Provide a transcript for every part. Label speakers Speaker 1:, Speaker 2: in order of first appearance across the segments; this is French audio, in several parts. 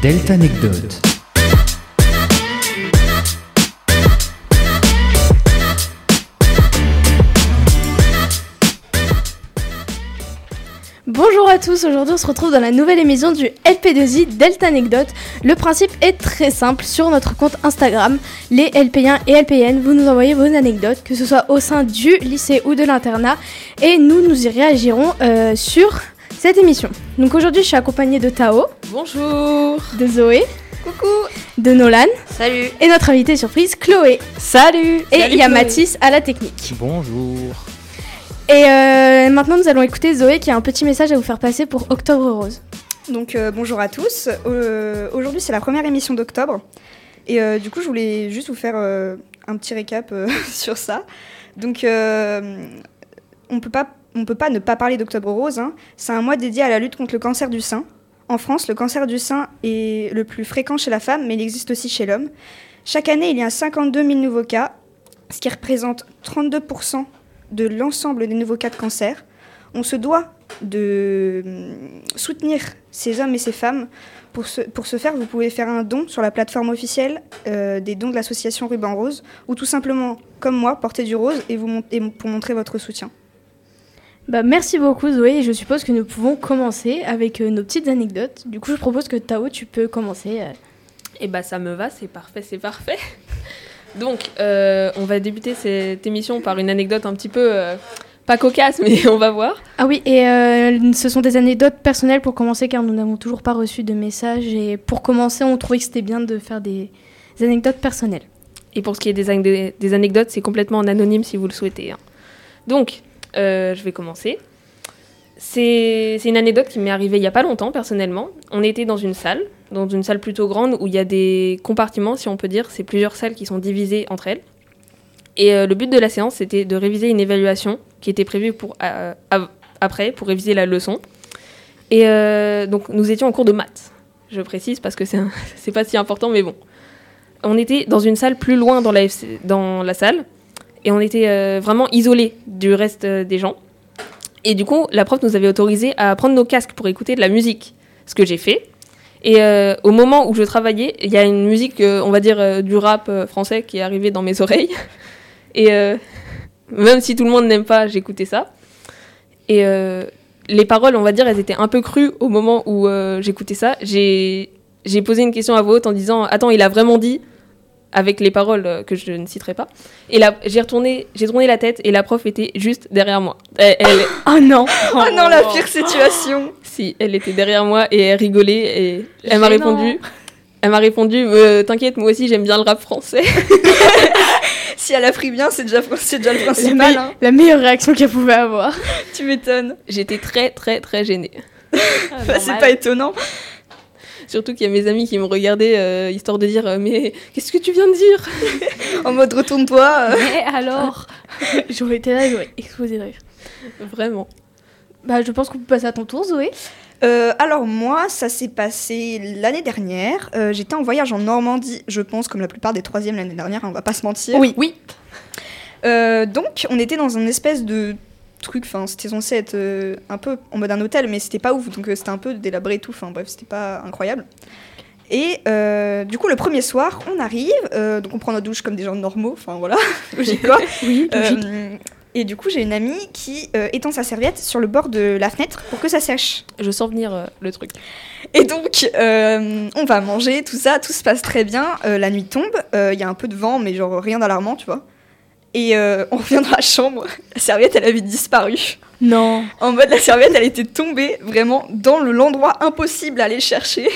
Speaker 1: Delta Anecdote.
Speaker 2: Bonjour à tous, aujourd'hui on se retrouve dans la nouvelle émission du LP2I Delta Anecdote. Le principe est très simple, sur notre compte Instagram, les LP1 et LPN, vous nous envoyez vos anecdotes, que ce soit au sein du lycée ou de l'internat, et nous, nous y réagirons euh, sur cette émission. Donc aujourd'hui je suis accompagnée de Tao,
Speaker 3: Bonjour
Speaker 2: de Zoé,
Speaker 3: Coucou
Speaker 2: de Nolan,
Speaker 3: Salut
Speaker 2: et notre invitée surprise, Chloé.
Speaker 3: Salut
Speaker 2: Et il y a
Speaker 3: Chloé.
Speaker 2: Mathis à la technique.
Speaker 1: Bonjour.
Speaker 2: Et euh, maintenant nous allons écouter Zoé qui a un petit message à vous faire passer pour Octobre Rose.
Speaker 4: Donc euh, bonjour à tous. Euh, Aujourd'hui c'est la première émission d'octobre. Et euh, du coup je voulais juste vous faire euh, un petit récap euh, sur ça. Donc euh, on peut pas on peut pas ne pas parler d'octobre rose. hein. C'est un mois dédié à la lutte contre le cancer du sein. En France, le cancer du sein est le plus fréquent chez la femme, mais il existe aussi chez l'homme. Chaque année, il y a 52 000 nouveaux cas, ce qui représente 32% de l'ensemble des nouveaux cas de cancer. On se doit de hum, soutenir ces hommes et ces femmes. Pour ce, pour ce faire, vous pouvez faire un don sur la plateforme officielle euh, des dons de l'association Ruban Rose, ou tout simplement, comme moi, porter du rose et, vous mon- et mon- pour montrer votre soutien.
Speaker 2: Bah, merci beaucoup Zoé et je suppose que nous pouvons commencer avec euh, nos petites anecdotes. Du coup, je propose que Tao, tu peux commencer. euh.
Speaker 3: Et bah ça me va, c'est parfait, c'est parfait Donc, euh, on va débuter cette émission par une anecdote un petit peu... euh, pas cocasse, mais on va voir.
Speaker 2: Ah oui, et euh, ce sont des anecdotes personnelles pour commencer car nous n'avons toujours pas reçu de messages et pour commencer, on trouvait que c'était bien de faire des, des anecdotes personnelles.
Speaker 3: Et pour ce qui est des, an- des- des anecdotes, c'est complètement en anonyme si vous le souhaitez. hein. Donc, euh, je vais commencer. C'est c'est une anecdote qui m'est arrivée il n'y a pas longtemps, personnellement. On était dans une salle, dans une salle plutôt grande où il y a des compartiments, si on peut dire. C'est plusieurs salles qui sont divisées entre elles. Et euh, le but de la séance, c'était de réviser une évaluation qui était prévue pour, euh, av- après, pour réviser la leçon. Et euh, donc, nous étions en cours de maths. Je précise parce que c'est un- c'est pas si important, mais bon on était dans une salle plus loin dans la, FC dans la salle et on était euh, vraiment isolés du reste euh, des gens. Et du coup, la prof nous avait autorisé à prendre nos casques pour écouter de la musique, ce que j'ai fait. Et euh, au moment où je travaillais, il y a une musique, euh, on va dire, euh, du rap euh, français qui est arrivée dans mes oreilles. Et euh, même si tout le monde n'aime pas, j'écoutais ça. Et euh, les paroles, on va dire, elles étaient un peu crues au moment où euh, j'écoutais ça. J'ai j'ai posé une question à voix haute en disant Attends, il a vraiment dit avec les paroles euh, que je ne citerai pas. Et là, j'ai retourné, j'ai tourné la tête et la prof était juste derrière moi. Elle- elle,
Speaker 2: Oh non
Speaker 4: Oh, non, la pire situation
Speaker 3: si, elle était derrière moi et elle rigolait et elle m'a
Speaker 2: Gênant.
Speaker 3: répondu. Elle m'a répondu, Euh, t'inquiète, moi aussi j'aime bien le rap français.
Speaker 4: Si elle a pris bien, c'est déjà, c'est déjà le
Speaker 2: la,
Speaker 4: principal.
Speaker 2: me-
Speaker 4: hein.
Speaker 2: la meilleure réaction qu'elle pouvait avoir.
Speaker 4: Tu m'étonnes.
Speaker 3: J'étais très très très gênée.
Speaker 4: Bah, c'est pas étonnant.
Speaker 3: Surtout qu'il y a mes amis qui me regardaient euh, histoire de dire, euh, mais qu'est-ce que tu viens de dire
Speaker 4: En mode retourne-toi. euh.
Speaker 2: Mais alors J'aurais été là, j'aurais explosé de rire.
Speaker 3: Vraiment.
Speaker 2: Bah, je pense qu'on peut passer à ton tour, Zoé.
Speaker 4: Euh, alors moi, ça s'est passé l'année dernière. Euh, J'étais en voyage en Normandie, je pense, comme la plupart des troisièmes l'année dernière, hein, on va pas se mentir.
Speaker 3: Oui.
Speaker 4: Euh, donc, on était dans un espèce de truc, enfin, c'était censé être euh, un peu en mode un hôtel, mais c'était pas ouf, donc euh, c'était un peu délabré et tout, enfin, bref, c'était pas incroyable. Et euh, du coup, le premier soir, on arrive, euh, donc on prend notre douche comme des gens normaux, enfin voilà, logique quoi.
Speaker 2: Oui,
Speaker 4: Euh, et du coup, j'ai une amie qui euh, étend sa serviette sur le bord de la fenêtre pour que ça sèche.
Speaker 3: Je sens venir euh, le truc.
Speaker 4: Et donc, euh, on va manger, tout ça, tout se passe très bien. Euh, la nuit tombe, euh, il y a un peu de vent, mais genre rien d'alarmant, tu vois. Et euh, on revient dans la chambre, la serviette, elle avait disparu.
Speaker 2: Non.
Speaker 4: En mode, la serviette, elle était tombée vraiment dans le- l'endroit impossible à aller chercher.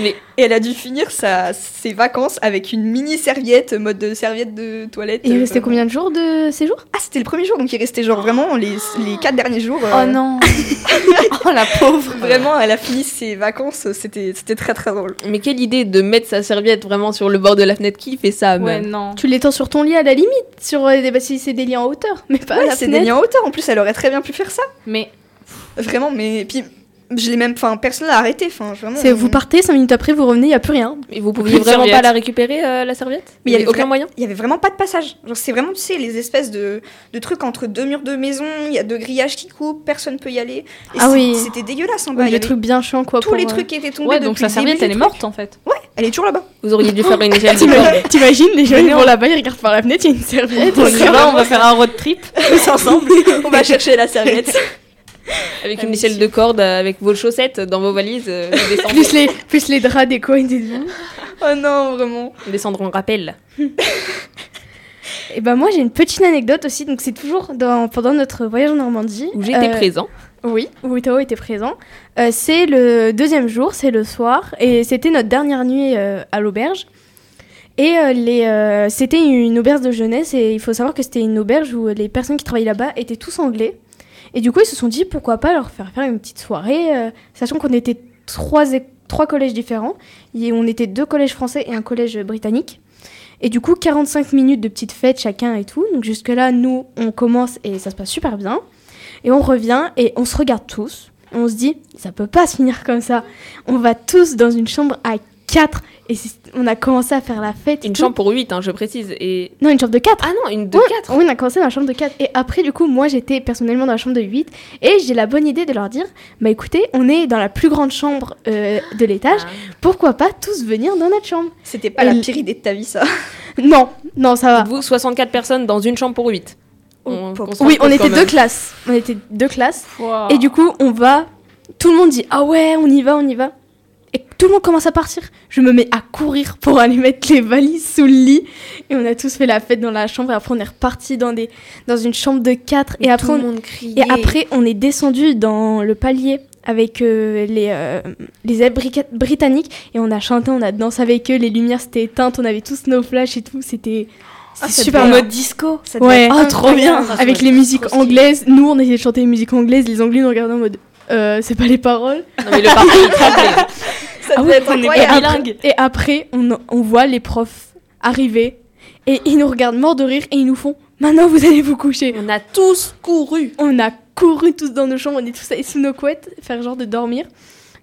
Speaker 3: Mais
Speaker 4: Et elle a dû finir sa, ses vacances avec une mini serviette, mode de serviette de toilette.
Speaker 2: Et il
Speaker 4: euh,
Speaker 2: restait combien de jours de séjour
Speaker 4: Ah, c'était le premier jour, donc il restait genre vraiment les, les quatre derniers jours.
Speaker 2: Oh
Speaker 4: euh,
Speaker 2: non Oh la pauvre
Speaker 4: Vraiment, elle a fini ses vacances, c'était c'était très très drôle.
Speaker 3: mais quelle idée de mettre sa serviette vraiment sur le bord de la fenêtre qui fait ça
Speaker 5: Ouais,
Speaker 3: même
Speaker 5: non.
Speaker 2: Tu l'étends sur ton lit à la limite, sur euh, des- bah, si c'est des liens en hauteur, mais pas à
Speaker 4: Ouais,
Speaker 2: la
Speaker 4: c'est des
Speaker 2: fenêtre.
Speaker 4: liens en hauteur en plus, elle aurait très bien pu faire ça.
Speaker 5: Mais
Speaker 4: Vraiment, mais puis Je l'ai même. Enfin, personne l'a arrêté. Enfin, vraiment,
Speaker 2: C'est
Speaker 4: on-
Speaker 2: vous partez, 5 minutes après vous revenez, il n'y a plus rien.
Speaker 3: Et vous pouviez
Speaker 4: Une
Speaker 3: vraiment
Speaker 4: serviette.
Speaker 3: pas la récupérer, euh, la serviette
Speaker 4: Mais il y
Speaker 3: Mais il n'y
Speaker 4: avait
Speaker 3: avait aucun moyen
Speaker 4: Il y avait vraiment pas de passage. Genre, c'est vraiment, tu sais, les espèces de, de trucs entre deux murs de maison, il y a deux grillages qui coupent, personne peut y aller. Et
Speaker 2: Ah
Speaker 4: c'est-
Speaker 2: oui.
Speaker 4: C'était dégueulasse en
Speaker 2: Ouais,
Speaker 4: bas. Il y
Speaker 2: les
Speaker 4: avait
Speaker 2: trucs bien chiants quoi.
Speaker 4: tous
Speaker 2: pour,
Speaker 4: les
Speaker 2: euh,
Speaker 4: trucs qui étaient tombés
Speaker 1: Ouais,
Speaker 4: depuis
Speaker 1: donc la
Speaker 4: le début
Speaker 1: serviette,
Speaker 4: du
Speaker 1: elle est
Speaker 4: truc.
Speaker 1: morte en fait.
Speaker 4: Elle est toujours là-bas.
Speaker 3: Vous auriez dû faire une échelle de temps.
Speaker 2: T'imagines- T'imagines, les jeunes ils vont là-bas, ils regardent par la fenêtre, il y a une serviette.
Speaker 1: On y va, on va faire un road trip.
Speaker 4: On va chercher la serviette.
Speaker 3: Avec une échelle de corde, euh, avec vos chaussettes dans vos valises, euh, vous descendez.
Speaker 2: plus, les, plus les draps déco et des
Speaker 4: oh non, vraiment.
Speaker 3: descendre en rappel.
Speaker 2: Et ben moi j'ai une petite anecdote aussi, donc c'est toujours dans- pendant notre voyage en Normandie.
Speaker 3: Où j'étais
Speaker 2: Euh,
Speaker 3: présent.
Speaker 2: Oui, où Tao était présent. Euh, c'est le deuxième jour, c'est le soir, et c'était notre dernière nuit euh, à l'auberge. Et euh, les, euh, c'était une auberge de jeunesse, et il faut savoir que c'était une auberge où les personnes qui travaillaient là-bas étaient tous anglais. Et du coup, ils se sont dit pourquoi pas leur faire faire une petite soirée, euh, sachant qu'on était trois, é- trois collèges différents. Et on était deux collèges français et un collège britannique. Et du coup, 45 minutes de petite fête chacun et tout. Donc jusque-là, nous, on commence et ça se passe super bien. Et on revient et on se regarde tous. On se dit, ça peut pas se finir comme ça. On va tous dans une chambre à 4 et c'est- on a commencé à faire la fête. et
Speaker 3: Une
Speaker 2: tout.
Speaker 3: chambre pour 8, je précise. Et...
Speaker 2: Non, une chambre de 4.
Speaker 3: Ah non, une de
Speaker 2: Ouais,
Speaker 3: 4
Speaker 2: Oui, on a commencé dans la chambre de 4. Et après, du coup, moi, j'étais personnellement dans la chambre de 8. Et j'ai la bonne idée de leur dire, bah écoutez, on est dans la plus grande chambre euh, de l'étage. Pourquoi pas tous venir dans notre chambre
Speaker 4: C'était pas
Speaker 2: Et
Speaker 4: la
Speaker 2: l-
Speaker 4: pire idée de ta vie,
Speaker 2: Ah
Speaker 4: ça.
Speaker 2: Non, non, ça va.
Speaker 3: Vous, 64 personnes dans une chambre pour 8.
Speaker 4: Oh, pop.
Speaker 2: Oui, on était deux classes. On était deux classes.
Speaker 1: Ah.
Speaker 2: Et du coup, on va. Tout le monde dit Ah ouais, on y va, on y va. Et tout le monde commence à partir. Je me mets à courir pour aller mettre les valises sous le lit. Et on a tous fait la fête dans la chambre. Et après, on est reparti dans, des... dans une chambre de quatre. Et après, on...
Speaker 3: monde crie.
Speaker 2: et après, on est descendu dans le palier avec euh, les, euh, les aides brica- britanniques. Et on a chanté, on a dansé avec eux. Les lumières s'étaient éteintes. On avait tous nos flashs et tout. C'était
Speaker 4: Ah,
Speaker 2: c'était super
Speaker 1: En
Speaker 2: bien.
Speaker 1: mode disco.
Speaker 4: Ça devait
Speaker 2: Ouais, Ah,
Speaker 4: être
Speaker 2: trop bien
Speaker 4: incroyable.
Speaker 2: Avec les musiques anglaises, nous on essayait de chanter les musiques anglaises, les anglais nous regardaient en mode euh, c'est pas les paroles.
Speaker 3: Non, mais le parcours est trempé.
Speaker 4: Ça
Speaker 2: Ah
Speaker 4: devait
Speaker 2: oui,
Speaker 4: être
Speaker 1: on est
Speaker 2: Et
Speaker 1: pas
Speaker 4: incroyable.
Speaker 2: après,
Speaker 1: bilingue.
Speaker 2: et après, on, on voit les profs arriver et ils nous regardent morts de rire et ils nous font maintenant vous allez vous coucher.
Speaker 3: On a tous couru.
Speaker 2: On a couru tous dans nos chambres, on est tous allés sous nos couettes, faire genre de dormir.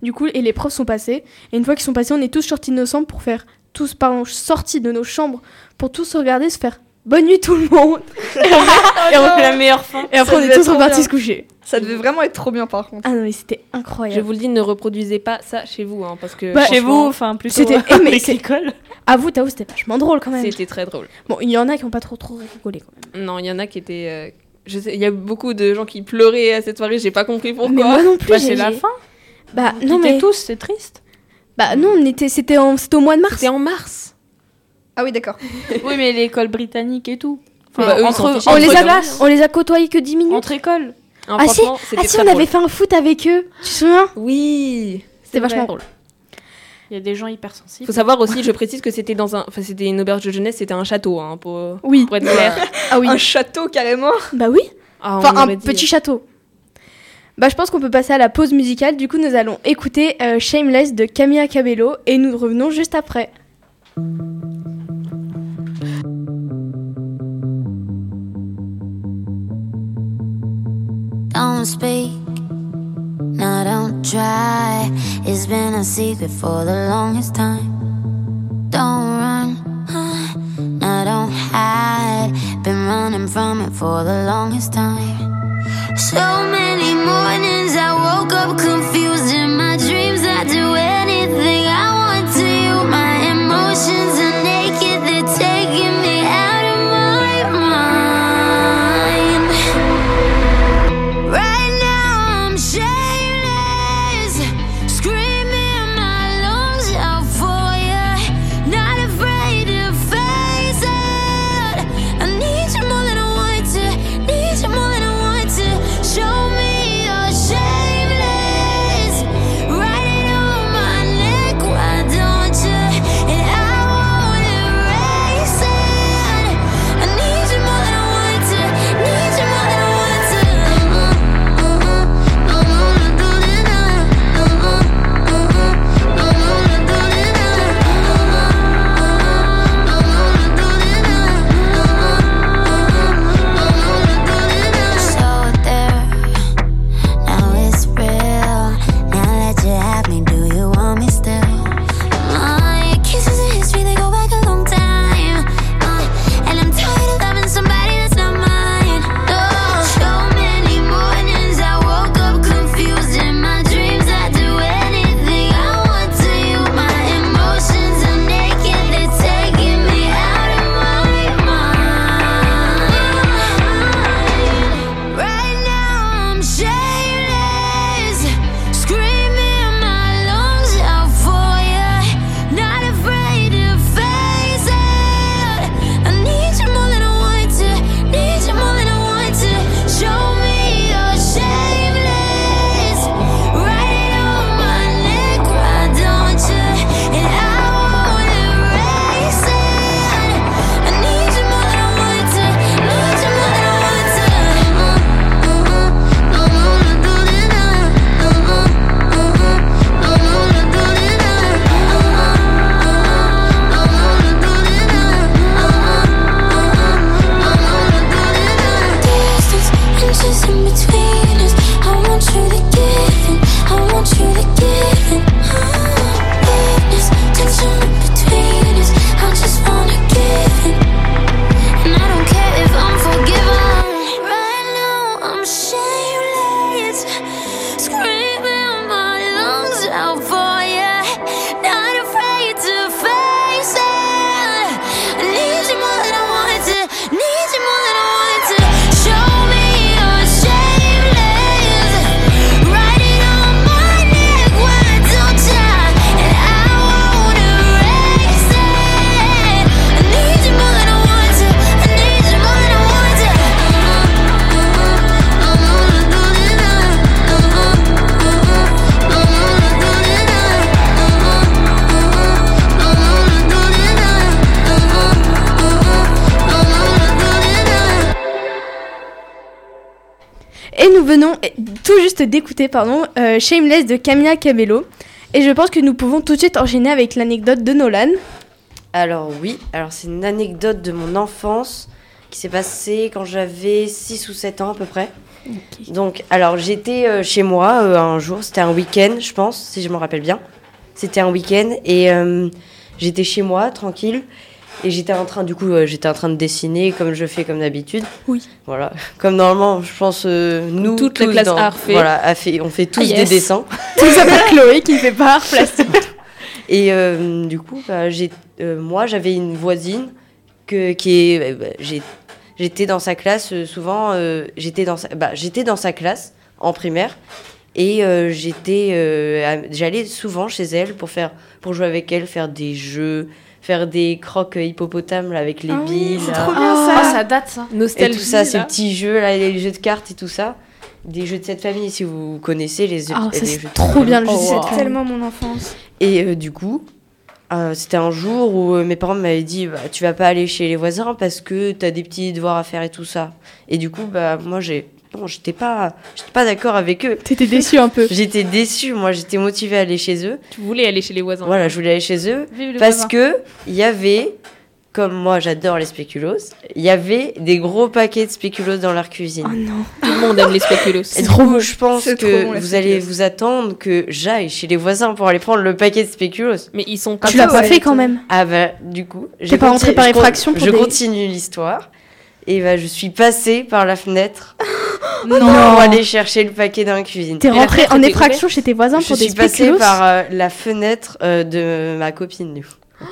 Speaker 2: Du coup, et les profs sont passés. Et une fois qu'ils sont passés, on est tous sortis de nos chambres pour faire tous, pardon, sortis de nos chambres pour tous se regarder, se faire bonne nuit tout le monde.
Speaker 1: Et on fait la meilleure fin.
Speaker 2: Et après,
Speaker 4: Ça
Speaker 2: on
Speaker 4: devait
Speaker 2: est
Speaker 4: être
Speaker 2: tous
Speaker 4: trop
Speaker 2: repartis
Speaker 4: bien.
Speaker 2: se coucher.
Speaker 4: Ça devait vraiment être trop bien, par contre.
Speaker 2: Ah non, mais c'était
Speaker 3: Je
Speaker 2: incroyable.
Speaker 3: vous le dis, ne reproduisez pas ça chez vous, hein, parce que
Speaker 2: Bah,
Speaker 1: Chez vous,
Speaker 3: franchement,
Speaker 1: enfin plutôt
Speaker 2: C'était- Eh, mais
Speaker 1: avec
Speaker 2: c'est-
Speaker 1: l'école.
Speaker 2: Avoue, Tao, c'était vachement drôle quand même.
Speaker 3: c'était très drôle.
Speaker 2: Bon, il y en a qui ont pas trop trop rigolé quand même.
Speaker 3: Non, il y en a qui étaient. euh, je sais, il y a beaucoup de gens qui pleuraient à cette soirée. J'ai pas compris
Speaker 2: mais
Speaker 3: pourquoi.
Speaker 2: moi non plus,
Speaker 1: Bah,
Speaker 2: j'ai-
Speaker 1: c'est la
Speaker 2: j'ai-
Speaker 1: fin.
Speaker 2: Bah non
Speaker 1: Non
Speaker 2: mais
Speaker 1: tous, c'est triste.
Speaker 2: bah non, on était c'était en- c'était au mois de mars.
Speaker 3: C'était en mars.
Speaker 4: Ah oui, d'accord.
Speaker 1: Oui, mais l'école britannique et tout.
Speaker 3: Bah,
Speaker 1: Enfin,
Speaker 3: eux, ils s'en
Speaker 1: entre,
Speaker 3: fichaient.
Speaker 2: On les a
Speaker 1: classes.
Speaker 2: on les a côtoyés que 10 minutes.
Speaker 1: Entre écoles.
Speaker 3: Hein,
Speaker 2: Ah si,
Speaker 3: franchement, c'était
Speaker 2: ah si,
Speaker 3: très
Speaker 2: on avait
Speaker 3: drôle.
Speaker 2: fait un foot avec eux. Tu te souviens
Speaker 3: Oui.
Speaker 2: C'était
Speaker 1: C'est
Speaker 2: vachement
Speaker 1: vrai.
Speaker 2: drôle.
Speaker 1: Il y a des gens
Speaker 3: Faut
Speaker 1: hypersensibles.
Speaker 3: savoir aussi, je précise que c'était dans un, enfin c'était une auberge de jeunesse, c'était un château, hein, pour,
Speaker 2: Oui.
Speaker 3: pour être clair.
Speaker 2: Ah oui.
Speaker 4: Un château, carrément.
Speaker 2: Bah oui.
Speaker 3: Ah, on
Speaker 2: Enfin un
Speaker 3: aurait dit-
Speaker 2: petit château. Bah je pense qu'on peut passer à la pause musicale. Du coup, nous allons écouter euh, Shameless de Camilla Cabello et nous revenons juste après.
Speaker 5: Don't speak, no, don't try. It's been a secret for the longest time. Don't run, huh, no, don't hide. Been running from it for the longest time. So many mornings I woke up confused in my dreams. I do anything I want to you. My emotions are naked, they're taking me out of my mind. Right now I'm shameless, screaming my lungs out for you. Not afraid to face it. I need you more than I want to. Need you more than I want to. Show me you're shameless. Uh, Oh,
Speaker 2: Et nous venons eh, tout juste d'écouter, pardon, euh, Shameless de Camilla Cabello. Et je pense que nous pouvons tout de suite enchaîner avec l'anecdote de Nolan.
Speaker 6: Alors oui, alors c'est une anecdote de mon enfance qui s'est passée quand j'avais 6 ou 7 ans à peu près. Donc, alors j'étais euh, chez moi euh, un jour, c'était un week-end, je pense, si je m'en rappelle bien. C'était un week-end et euh, j'étais chez moi, tranquille. Et j'étais en train, du coup, euh, j'étais en train de dessiner comme je fais comme d'habitude.
Speaker 2: Oui.
Speaker 6: Voilà. Comme normalement, je pense, euh, nous,
Speaker 3: Toute la
Speaker 6: tous
Speaker 3: classe
Speaker 6: dans-
Speaker 3: art fait.
Speaker 6: Voilà, a fait, on fait tous
Speaker 3: Ah, yes.
Speaker 6: des dessins.
Speaker 2: Tout ça pour Chloé qui ne fait pas art
Speaker 1: Oh,
Speaker 2: plastique.
Speaker 6: Et euh, du coup, bah, j'ai, euh, moi, j'avais une voisine que, qui est, bah, bah, j'ai- j'étais dans sa classe euh, souvent. euh, j'étais dans sa, bah, j'étais dans sa classe en primaire et euh, j'étais, euh, à- j'allais souvent chez elle pour faire, pour jouer avec elle, faire des jeux, faire des crocs hippopotames là, avec les
Speaker 2: Ah oui,
Speaker 6: billes.
Speaker 4: C'est
Speaker 6: là.
Speaker 4: trop bien
Speaker 1: Ah,
Speaker 4: ça.
Speaker 1: ça date ça.
Speaker 6: Et
Speaker 3: Nostalgie.
Speaker 6: tout ça, ces
Speaker 3: là.
Speaker 6: petits jeux là, les jeux de cartes et tout ça, des jeux de cette famille si vous connaissez les,
Speaker 2: Ah,
Speaker 6: les
Speaker 2: ça
Speaker 6: jeux de
Speaker 2: c'est trop bien le jeu.
Speaker 1: Oh,
Speaker 2: de cette
Speaker 1: wow.
Speaker 2: femme.
Speaker 4: C'est tellement mon enfance.
Speaker 6: et euh, du coup, euh, c'était un jour où euh, mes parents m'avaient dit bah, Tu vas pas aller chez les voisins parce que t'as des petits devoirs à faire et tout ça. Et du coup, bah, moi, j'ai. Non, j'étais pas, j'étais pas d'accord avec eux.
Speaker 2: T'étais déçue un peu.
Speaker 6: J'étais déçue, moi, j'étais motivée à aller chez eux.
Speaker 3: Tu voulais aller chez les voisins.
Speaker 6: Voilà, je voulais aller chez eux.
Speaker 1: Vive le
Speaker 6: Parce
Speaker 1: voisin.
Speaker 6: que il y avait, comme moi, j'adore les spéculoos, il y avait des gros paquets de spéculoos dans leur cuisine.
Speaker 2: Oh non.
Speaker 3: Tout le monde aime les spéculoos.
Speaker 6: Et du coup, je pense
Speaker 4: C'est trop bon,
Speaker 6: que
Speaker 4: la
Speaker 6: vous allez
Speaker 4: spéculoos.
Speaker 6: vous attendre que j'aille chez les voisins pour aller prendre le paquet de spéculoos.
Speaker 3: Mais ils sont
Speaker 2: Tu
Speaker 3: comme
Speaker 2: l'as
Speaker 4: peu,
Speaker 2: pas
Speaker 4: ouais,
Speaker 2: fait quand
Speaker 4: tout.
Speaker 2: même.
Speaker 6: Ah bah, du coup,
Speaker 2: T'es
Speaker 6: j'ai
Speaker 2: pas
Speaker 6: conti-
Speaker 2: rentrée par
Speaker 6: je con-
Speaker 2: effraction pour
Speaker 6: Je
Speaker 2: des-
Speaker 6: continue l'histoire. Et bah, je suis passée par la fenêtre
Speaker 1: Non.
Speaker 6: pour aller chercher le paquet dans la cuisine.
Speaker 2: Oh T'es
Speaker 3: la
Speaker 2: rentrée
Speaker 3: fenêtre
Speaker 2: en
Speaker 3: était
Speaker 2: effraction chez tes voisins
Speaker 6: Je
Speaker 2: pour des
Speaker 6: suis passée
Speaker 2: spéculoos.
Speaker 6: par euh, la fenêtre euh, de ma copine. du coup.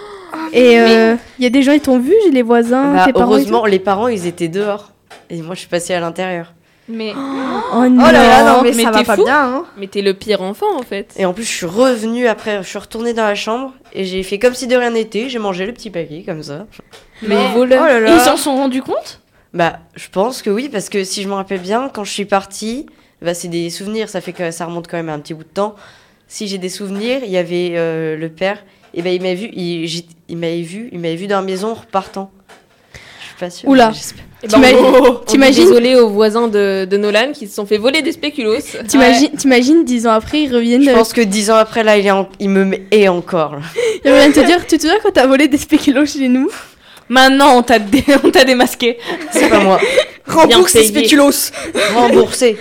Speaker 2: Et euh, il y a des gens ils t'ont vu, les voisins,
Speaker 6: Bah,
Speaker 2: Ah, tes parents. et tout.
Speaker 6: heureusement, les parents, ils étaient dehors. Et moi, je suis passée à l'intérieur.
Speaker 1: Mais
Speaker 2: Oh non.
Speaker 4: Oh là là, non mais,
Speaker 3: mais
Speaker 4: ça va
Speaker 3: t'es
Speaker 4: pas
Speaker 3: fou.
Speaker 4: bien. Hein.
Speaker 3: Mais t'es le pire enfant en fait.
Speaker 6: Et en plus, je suis revenue après, je suis retournée dans la chambre et j'ai fait comme si de rien n'était. J'ai mangé le petit paquet comme ça.
Speaker 1: mais
Speaker 4: Oh là
Speaker 1: ils
Speaker 4: là.
Speaker 1: s'en sont rendus compte
Speaker 6: Bah, je pense que oui, parce que si je me rappelle bien, quand je suis partie, bah, c'est des souvenirs, ça fait que ça remonte quand même à un petit bout de temps. Si j'ai des souvenirs, il y avait euh, le père, et ben il m'a vu, il, j'ai- il m'avait vu, il m'avait vu dans la maison en repartant. Je suis pas sûre.
Speaker 2: Oula.
Speaker 6: mais j'espère.
Speaker 3: Et ben,
Speaker 2: T'imagines-
Speaker 3: on- on est
Speaker 2: t'imagines-
Speaker 3: Désolé aux voisins de, de Nolan qui se sont fait voler des spéculoos.
Speaker 2: T'imagines, t'imagines, dix ans après, ils reviennent,
Speaker 6: Je
Speaker 2: euh,
Speaker 6: pense que dix ans après, là, il, est en- il me met et encore. là.
Speaker 2: ils reviennent te dire, tu te souviens quand t'as volé des spéculoos chez nous
Speaker 1: Maintenant, on t'a dé- on t'a démasqué.
Speaker 6: C'est pas moi.
Speaker 4: Rembourse les
Speaker 3: payé.
Speaker 4: spéculoos.
Speaker 6: Remboursé.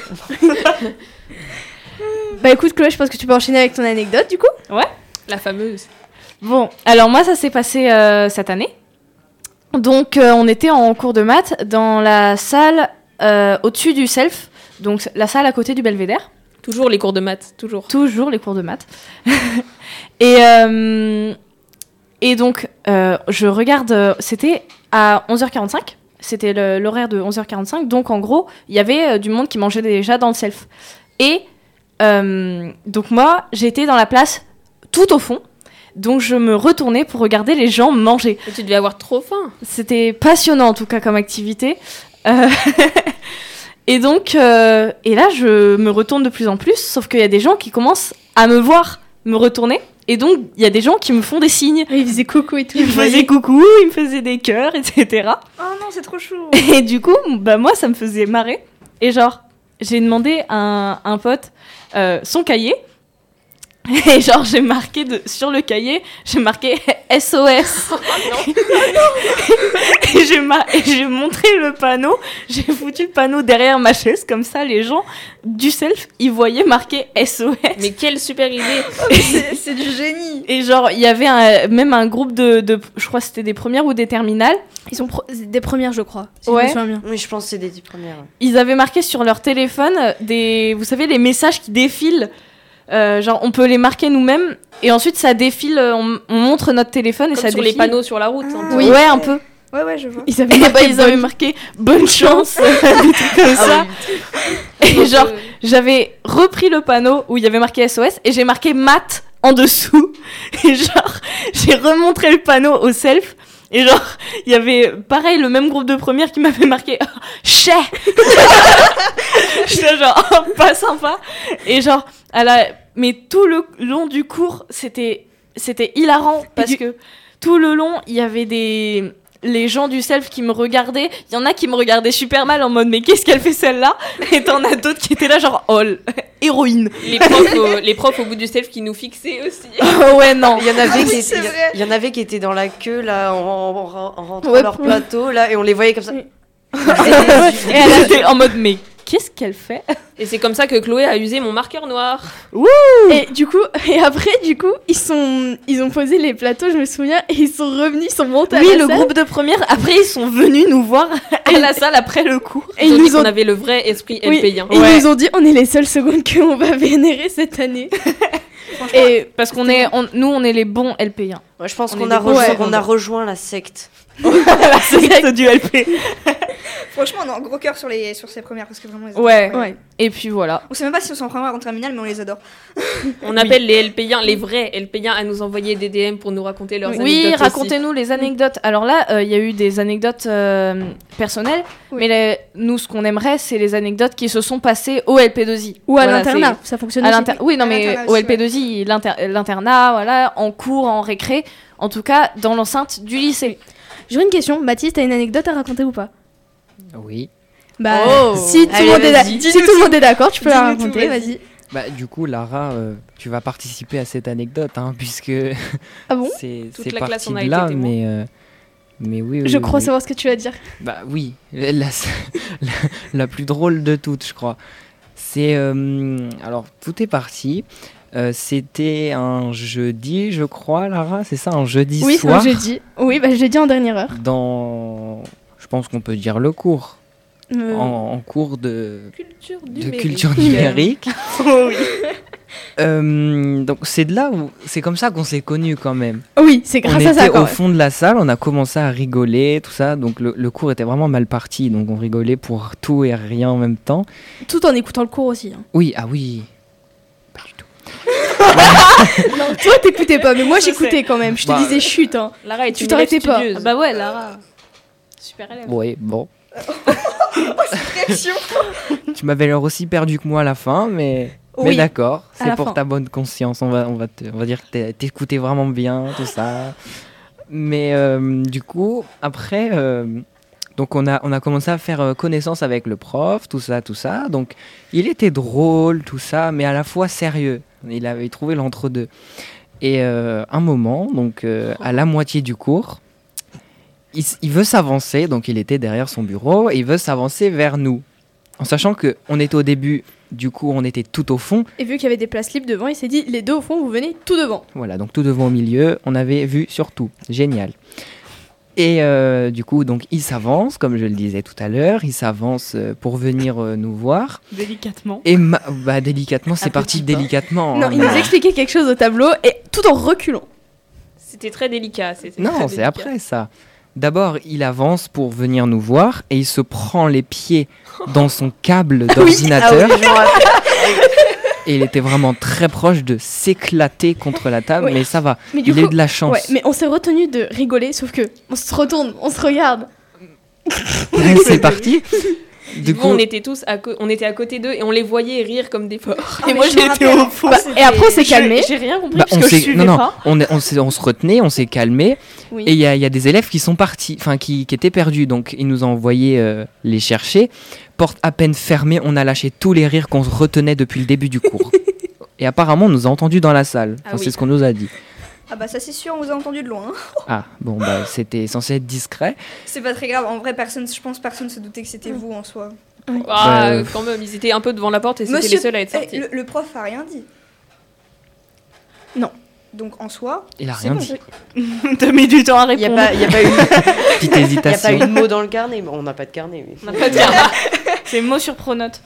Speaker 2: Bah écoute Chloé, je pense que tu peux enchaîner avec ton anecdote du coup.
Speaker 3: La fameuse.
Speaker 1: Bon, alors moi, ça s'est passé euh, cette année. Donc, euh, on était en cours de maths dans la salle euh, au-dessus du self, donc la salle à côté du belvédère.
Speaker 3: Toujours les cours de maths, toujours.
Speaker 1: Toujours les cours de maths. et, euh, et donc, euh, je regarde, euh, c'était à 11h45. C'était le- l'horaire de 11h45. Donc, en gros, il y avait euh, du monde qui mangeait déjà dans le self. Et euh, donc, moi, j'étais dans la place tout au fond. Donc, je me retournais pour regarder les gens manger.
Speaker 3: Et tu devais avoir trop faim.
Speaker 1: C'était passionnant, en tout cas, comme activité. Euh, et donc, euh, et là, je me retourne de plus en plus, sauf qu'il y a des gens qui commencent à me voir me retourner. Et donc, il y a des gens qui me font des signes.
Speaker 2: Ils faisaient coucou et tout.
Speaker 1: Ils me faisaient coucou, ils me faisaient des cœurs, etc.
Speaker 4: Oh non, c'est trop chaud.
Speaker 1: Et du coup, bah moi, ça me faisait marrer. Et genre, j'ai demandé à un, un pote euh, son cahier. Et genre, j'ai marqué de- sur le cahier, j'ai marqué SOS.
Speaker 3: Ah,
Speaker 1: et j'ai mar- et j'ai montré le panneau, j'ai foutu le panneau derrière ma chaise, comme ça, les gens du self, ils voyaient marqué SOS.
Speaker 3: Mais quelle super idée.
Speaker 4: c'est c'est du génie.
Speaker 1: Et genre, il y avait un- même un groupe de, de- je crois que c'était des premières ou des terminales,
Speaker 2: Ils sont pro- des premières je crois. Si
Speaker 1: Ouais.
Speaker 2: Je me souviens bien.
Speaker 6: Oui, je pense que c'est des dix premières.
Speaker 1: ils avaient marqué sur leur téléphone euh, des, vous savez, les messages qui défilent. Euh, genre, on peut les marquer nous-mêmes et ensuite ça défile. euh, On, on montre notre téléphone et
Speaker 3: Comme
Speaker 1: ça
Speaker 3: sur
Speaker 1: défile.
Speaker 3: les panneaux sur la route. un peu.
Speaker 1: Oui. Ouais, un peu.
Speaker 4: Ah. Ouais ouais, je vois.
Speaker 2: Ils avaient
Speaker 1: Et bah,
Speaker 2: marqué
Speaker 1: ils avaient
Speaker 2: bonne-
Speaker 1: marqué bonne chance, des trucs comme ça. Et genre, j'avais repris le panneau où il y avait marqué SOS et j'ai marqué maths en dessous. Et genre, j'ai remontré le panneau au self. Et genre, il y avait pareil le même groupe de première qui m'avait marqué oh, chais. J'étais genre oh, pas sympa. Et genre, à la... mais tout le long du cours, c'était c'était hilarant parce que tout le long, il y avait des les gens du self qui me regardaient, il y en a qui me regardaient super mal en mode mais qu'est-ce qu'elle fait celle-là Et t'en as d'autres qui étaient là genre oh, l- héroïne.
Speaker 3: Les profs, au, les profs au bout du self qui nous fixaient aussi.
Speaker 1: Oh ouais non.
Speaker 6: Il y en avait qui,
Speaker 4: c'est
Speaker 6: il y a-
Speaker 4: vrai.
Speaker 6: il y en avait qui étaient dans la queue là en, en, en- en rentrant
Speaker 2: Ouais,
Speaker 6: leur
Speaker 2: pour-
Speaker 6: plateau là et on les voyait comme ça.
Speaker 1: Et elle était en mode mais qu'est-ce qu'elle fait
Speaker 3: Et c'est comme ça que Chloé a usé mon marqueur noir.
Speaker 2: Et du coup, et après, du coup, ils sont, ils ont posé les plateaux, je me souviens, et ils sont revenus, ils sont montés. à
Speaker 1: Oui
Speaker 2: la
Speaker 1: le
Speaker 2: salle,
Speaker 1: groupe de première. Après ils sont venus nous voir à la salle après le cours.
Speaker 2: Et
Speaker 3: Ils
Speaker 2: ils
Speaker 3: ont dit
Speaker 2: nous
Speaker 3: qu'on
Speaker 2: ont,
Speaker 3: avait le vrai esprit
Speaker 2: oui,
Speaker 3: LPien.
Speaker 2: et ils nous ont dit, on est les seules secondes qu'on va vénérer cette année. et
Speaker 1: Parce qu'on est on- nous on est les bons hein. LP1.
Speaker 6: Moi, je pense
Speaker 1: On
Speaker 6: qu'on
Speaker 1: est
Speaker 6: a,
Speaker 1: des
Speaker 6: rejoint-
Speaker 1: ouais.
Speaker 6: on a rejoint la secte.
Speaker 1: la secte du LP.
Speaker 4: Franchement, on a un gros cœur sur, les, sur ces premières parce que vraiment. elles étaient
Speaker 1: Ouais.
Speaker 4: incroyables.
Speaker 2: ouais.
Speaker 1: Et puis voilà.
Speaker 4: On sait même pas si on sont en première ou en terminale, mais on les adore.
Speaker 3: On appelle les LPiens, les vrais LPiens, à nous envoyer des DM pour nous raconter leurs anecdotes.
Speaker 1: Oui,
Speaker 3: aussi.
Speaker 1: racontez-nous les anecdotes. Alors là, euh, il y a eu des anecdotes euh, personnelles, mais les- nous, ce qu'on aimerait, c'est les anecdotes qui se sont passées au LP2I.
Speaker 2: ou à
Speaker 1: Voilà,
Speaker 2: l'internat,
Speaker 1: c'est-
Speaker 2: ça fonctionne.
Speaker 1: à
Speaker 2: aussi.
Speaker 1: l'inter- Oui, non,
Speaker 4: À
Speaker 1: mais
Speaker 4: l'internat
Speaker 1: au
Speaker 4: aussi,
Speaker 1: LP2I, l'inter- l'internat, voilà, en cours, en récré, en tout cas, dans l'enceinte du lycée.
Speaker 2: J'aurais une question, Mathis, t'as une anecdote à raconter ou pas
Speaker 7: Oui.
Speaker 2: Bah,
Speaker 1: Oh.
Speaker 2: si, tout
Speaker 6: Allez,
Speaker 2: le monde est d'a-
Speaker 6: vas-y.
Speaker 2: si tout le monde est d'accord, tu peux la
Speaker 4: Dis-nous tout,
Speaker 2: raconter,
Speaker 4: vas-y.
Speaker 2: vas-y.
Speaker 7: Bah, du coup, Lara, euh, tu vas participer à cette anecdote, hein, puisque
Speaker 2: Ah bon
Speaker 7: c'est
Speaker 3: Toute
Speaker 7: c'est
Speaker 3: la
Speaker 7: parti
Speaker 3: classe en
Speaker 7: de
Speaker 3: a été
Speaker 7: là,
Speaker 3: témoin.
Speaker 7: mais, euh, mais oui, oui,
Speaker 2: Je
Speaker 7: oui,
Speaker 2: crois
Speaker 7: oui.
Speaker 2: savoir ce que tu vas dire.
Speaker 7: Bah oui, la, la- la- la plus drôle de toutes, je crois. C'est euh, alors tout est parti. Euh, C'était un jeudi, je crois, Lara. C'est ça, un jeudi
Speaker 2: Oui, c'est
Speaker 7: soir.
Speaker 2: un jeudi. Oui, bah jeudi en dernière heure.
Speaker 7: Dans, je pense qu'on peut dire le cours,
Speaker 2: Euh,
Speaker 7: en, en cours de,
Speaker 3: Culture
Speaker 7: de
Speaker 3: numérique.
Speaker 7: culture numérique. Euh, donc c'est de là où c'est comme ça qu'on s'est connus quand même.
Speaker 2: oh Oui, c'est
Speaker 7: On
Speaker 2: grâce à ça
Speaker 7: était
Speaker 2: quand
Speaker 7: au
Speaker 2: même.
Speaker 7: fond de la salle, on a commencé à rigoler, tout ça. Donc le, le cours était vraiment mal parti, donc on rigolait pour tout et rien en même temps.
Speaker 2: Tout en écoutant le cours aussi. hein.
Speaker 7: Oui, ah oui. Pas du tout.
Speaker 2: Toi, t'écoutais pas, mais moi,
Speaker 1: Je
Speaker 2: j'écoutais quand même. Je te
Speaker 7: Bah,
Speaker 2: disais chut. hein.
Speaker 3: Lara est
Speaker 2: Tu
Speaker 3: une
Speaker 2: t'arrêtais
Speaker 3: élève
Speaker 2: pas.
Speaker 3: studieuse.
Speaker 1: bah ouais, Lara. Super élève.
Speaker 7: Oui, bon.
Speaker 4: Réaction
Speaker 7: Tu m'avais l'air aussi perdu que moi à la fin, mais, mais
Speaker 2: Oui.
Speaker 7: d'accord.
Speaker 2: à
Speaker 7: C'est
Speaker 2: la
Speaker 7: pour
Speaker 2: fin.
Speaker 7: ta bonne conscience. On va, on va, te- on va dire que t'es- t'écoutais vraiment bien, tout ça. Mais euh, du coup, après, euh, donc on a, on a commencé à faire euh, connaissance avec le prof, tout ça, tout ça. Donc il était drôle, tout ça, mais à la fois sérieux. Il avait trouvé l'entre-deux. Et euh, un moment, donc euh, à la moitié du cours, il, s- il veut s'avancer, donc il était derrière son bureau, et il veut s'avancer vers nous. En sachant que on était au début, du coup on était tout au fond,
Speaker 2: Et vu qu'il y avait des places libres devant, il s'est dit les deux au fond, vous venez tout devant.
Speaker 7: voilà, donc tout devant au milieu, on avait vu sur tout. Génial. Et euh, du coup, donc il s'avance, comme je le disais tout à l'heure, il s'avance euh, pour venir euh, nous voir.
Speaker 1: Délicatement.
Speaker 7: Et ma- bah, délicatement, c'est parti
Speaker 1: petit pas.
Speaker 7: délicatement.
Speaker 2: non,
Speaker 7: hein,
Speaker 2: il nous
Speaker 7: mais-
Speaker 2: expliquait quelque chose au tableau et tout en reculant.
Speaker 3: C'était très délicat. c'était très
Speaker 7: Non, c'est
Speaker 3: délicat.
Speaker 7: après ça. D'abord, il avance pour venir nous voir et il se prend les pieds dans son câble
Speaker 6: Ah oui,
Speaker 7: d'ordinateur
Speaker 6: je m'en rappelle.
Speaker 7: et il était vraiment très proche de s'éclater contre la table,
Speaker 2: Oui.
Speaker 7: mais ça va,
Speaker 2: Mais du
Speaker 7: il a eu
Speaker 2: coup,
Speaker 7: de la chance.
Speaker 2: ouais, mais on s'est retenu de rigoler, sauf que on se retourne, on se regarde.
Speaker 7: c'est parti. Du
Speaker 3: Du coup,
Speaker 7: coup,
Speaker 3: on était tous à co- on était à côté d'eux et on les voyait rire comme des porcs.
Speaker 4: Ah,
Speaker 1: Et moi, j'étais au
Speaker 7: Ah,
Speaker 1: fond.
Speaker 2: Bah, et après, on s'est calmé.
Speaker 1: J'ai rien compris
Speaker 7: bah, on
Speaker 1: parce que je
Speaker 7: s'est-
Speaker 1: suivais
Speaker 7: non, non,
Speaker 1: pas.
Speaker 7: on, est- on s'est- on se retenait, on s'est calmé,
Speaker 2: Oui.
Speaker 7: et il y a, il y a des élèves qui sont partis, enfin qui, qui étaient perdus, donc ils nous ont envoyé euh, les chercher. Porte à peine fermée, on a lâché tous les rires qu'on se retenait depuis le début du cours. et apparemment, on nous a entendus dans la salle.
Speaker 3: Ah
Speaker 7: Enfin, C'est
Speaker 3: oui.
Speaker 7: ce qu'on nous a dit.
Speaker 4: Ah bah ça c'est sûr, on vous a entendu de loin. hein.
Speaker 7: Ah bon, bah, c'était censé être discret.
Speaker 4: C'est pas très grave, en vrai personne, je pense personne se doutait que c'était vous en soi.
Speaker 3: Ah,
Speaker 7: Bah,
Speaker 3: quand même, ils étaient un peu devant la porte et c'était
Speaker 4: Monsieur-
Speaker 3: les seuls à être
Speaker 4: Eh,
Speaker 3: sortis.
Speaker 4: le, le prof a rien dit.
Speaker 2: Non.
Speaker 4: Donc en soi,
Speaker 7: Il a
Speaker 4: C'est
Speaker 7: rien
Speaker 4: bon,
Speaker 7: dit.
Speaker 1: T'as mis du temps à
Speaker 6: Il n'y a,
Speaker 1: répondre.
Speaker 6: pas- il y a pas eu-
Speaker 7: Petite
Speaker 6: il y a pas eu de
Speaker 7: hésitation.
Speaker 6: mot dans le carnet. Bon, on n'a pas de carnet. Mais...
Speaker 3: On n'a pas de carnet.
Speaker 1: C'est mot sur pronote.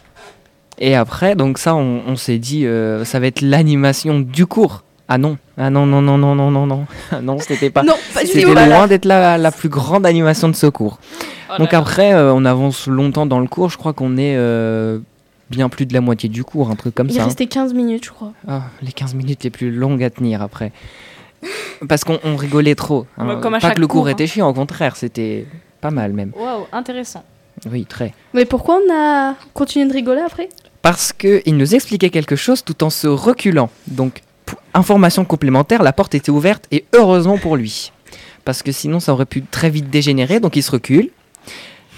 Speaker 7: Et après, donc ça, on, on s'est dit, euh, ça va être l'animation du cours. Ah non, ah non, non, non, non, non, non, non, ah non, c'était pas.
Speaker 2: Non, pas
Speaker 7: C'était
Speaker 2: du tout.
Speaker 7: loin d'être la, la plus grande animation de ce cours.
Speaker 3: Oh là
Speaker 7: Donc
Speaker 3: là.
Speaker 7: après, euh, on avance longtemps dans le cours. Je crois qu'on est euh, bien plus de la moitié du cours, un truc comme
Speaker 2: Il
Speaker 7: ça. hein.
Speaker 2: restait 15 minutes, je crois.
Speaker 7: Ah, les 15 minutes les plus longues à tenir après. Parce qu'on on rigolait trop. hein.
Speaker 1: Bah, comme à
Speaker 7: pas
Speaker 1: chaque
Speaker 7: que le cours,
Speaker 1: cours, hein.
Speaker 7: était chiant, au contraire, c'était pas mal même.
Speaker 1: Waouh, intéressant.
Speaker 7: Oui, très.
Speaker 2: Mais pourquoi on a continué de rigoler après
Speaker 7: Parce qu'il nous expliquait quelque chose tout en se reculant. Donc, p- information complémentaire, la porte était ouverte et heureusement pour lui. parce que sinon ça aurait pu très vite dégénérer, donc il se recule.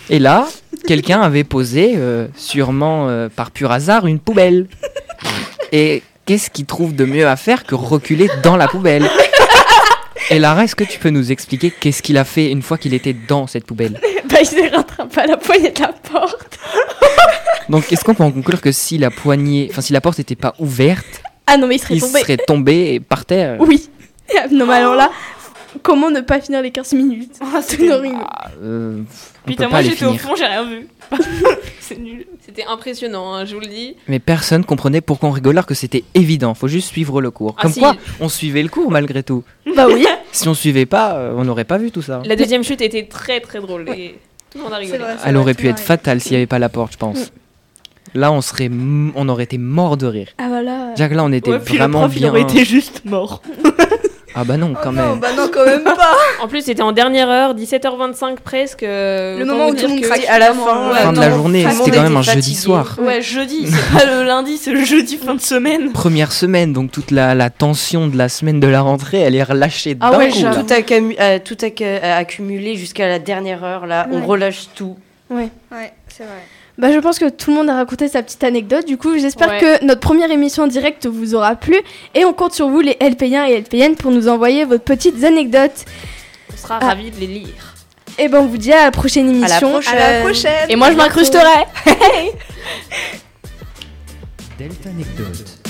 Speaker 7: Et là, quelqu'un avait posé, euh, sûrement euh, par pur hasard, une poubelle. Et qu'est-ce qu'il trouve de mieux à faire que reculer dans la poubelle Et Lara, est-ce que tu peux nous expliquer qu'est-ce qu'il a fait une fois qu'il était dans cette poubelle
Speaker 2: Bah, il se rattrape à la poignée de la porte.
Speaker 7: Donc est-ce qu'on peut en conclure que si la poignée, enfin si la porte n'était pas ouverte,
Speaker 2: Ah non, mais il serait
Speaker 7: il
Speaker 2: tombé.
Speaker 7: serait tombé euh, par terre
Speaker 2: Oui. Euh. Non, mais alors là, comment ne pas finir les 15 minutes Oh, C'est Ah. horrible.
Speaker 7: Euh, on
Speaker 1: Putain,
Speaker 7: peut pas
Speaker 1: moi
Speaker 7: les
Speaker 1: j'étais au
Speaker 7: finir.
Speaker 1: fond, j'ai rien vu. c'est nul.
Speaker 3: C'était impressionnant, hein, je vous le dis.
Speaker 7: Mais personne comprenait pourquoi on rigolait alors que c'était évident. Faut juste suivre le cours.
Speaker 3: Ah,
Speaker 7: Comme
Speaker 3: si.
Speaker 7: quoi, on suivait le cours malgré tout.
Speaker 2: Bah oui.
Speaker 7: Si on suivait pas, euh, on n'aurait pas vu tout ça.
Speaker 3: La deuxième chute était très très drôle. Et tout le monde a rigolé.
Speaker 4: vrai, c'est
Speaker 7: Elle
Speaker 4: vrai,
Speaker 7: aurait
Speaker 4: tout
Speaker 7: pu
Speaker 4: le
Speaker 7: être
Speaker 4: monde
Speaker 7: fatale s'il n'y avait pas la porte, je
Speaker 1: Mm.
Speaker 7: pense. Là, on serait, m- on aurait été mort de rire.
Speaker 2: Ah voilà.
Speaker 7: Jack, là, on était
Speaker 1: Ouais, puis le
Speaker 7: vraiment
Speaker 1: prof, il
Speaker 7: bien.
Speaker 1: aurait été juste mort.
Speaker 7: Ah bah non,
Speaker 4: Oh
Speaker 7: quand
Speaker 4: non,
Speaker 7: même.
Speaker 4: bah non, quand même pas.
Speaker 3: En plus, c'était en dernière heure, 17h25 presque.
Speaker 1: Euh,
Speaker 4: Le moment où tout le monde hein. craque.
Speaker 6: à la fin,
Speaker 4: Ouais,
Speaker 7: Fin de
Speaker 6: tout
Speaker 7: la
Speaker 6: le monde-
Speaker 7: journée,
Speaker 6: tout le
Speaker 7: c'était
Speaker 6: monde
Speaker 7: quand même un
Speaker 6: était
Speaker 7: jeudi
Speaker 6: fatigué.
Speaker 7: soir.
Speaker 1: Ouais, jeudi, c'est pas le lundi, c'est le jeudi fin de semaine.
Speaker 7: Première semaine, donc toute la, la tension de la semaine de la rentrée, elle est relâchée d'un
Speaker 1: Ah ouais,
Speaker 7: coup.
Speaker 1: j'avoue.
Speaker 6: Tout accamu- euh, tout acc- euh, accumulé jusqu'à la dernière heure, là.
Speaker 2: Ouais.
Speaker 6: On relâche tout.
Speaker 4: Ouais, c'est vrai.
Speaker 2: Bah je pense que tout le monde a raconté sa petite anecdote. Du coup, j'espère
Speaker 3: Ouais.
Speaker 2: que notre première émission en direct vous aura plu et on compte sur vous les LP1 et LPN pour nous envoyer vos petites anecdotes.
Speaker 3: On sera ravis de les lire.
Speaker 2: Et ben on vous dit à la prochaine émission.
Speaker 4: À la prochaine.
Speaker 1: Et moi je m'incrusterai.
Speaker 7: Delta anecdote.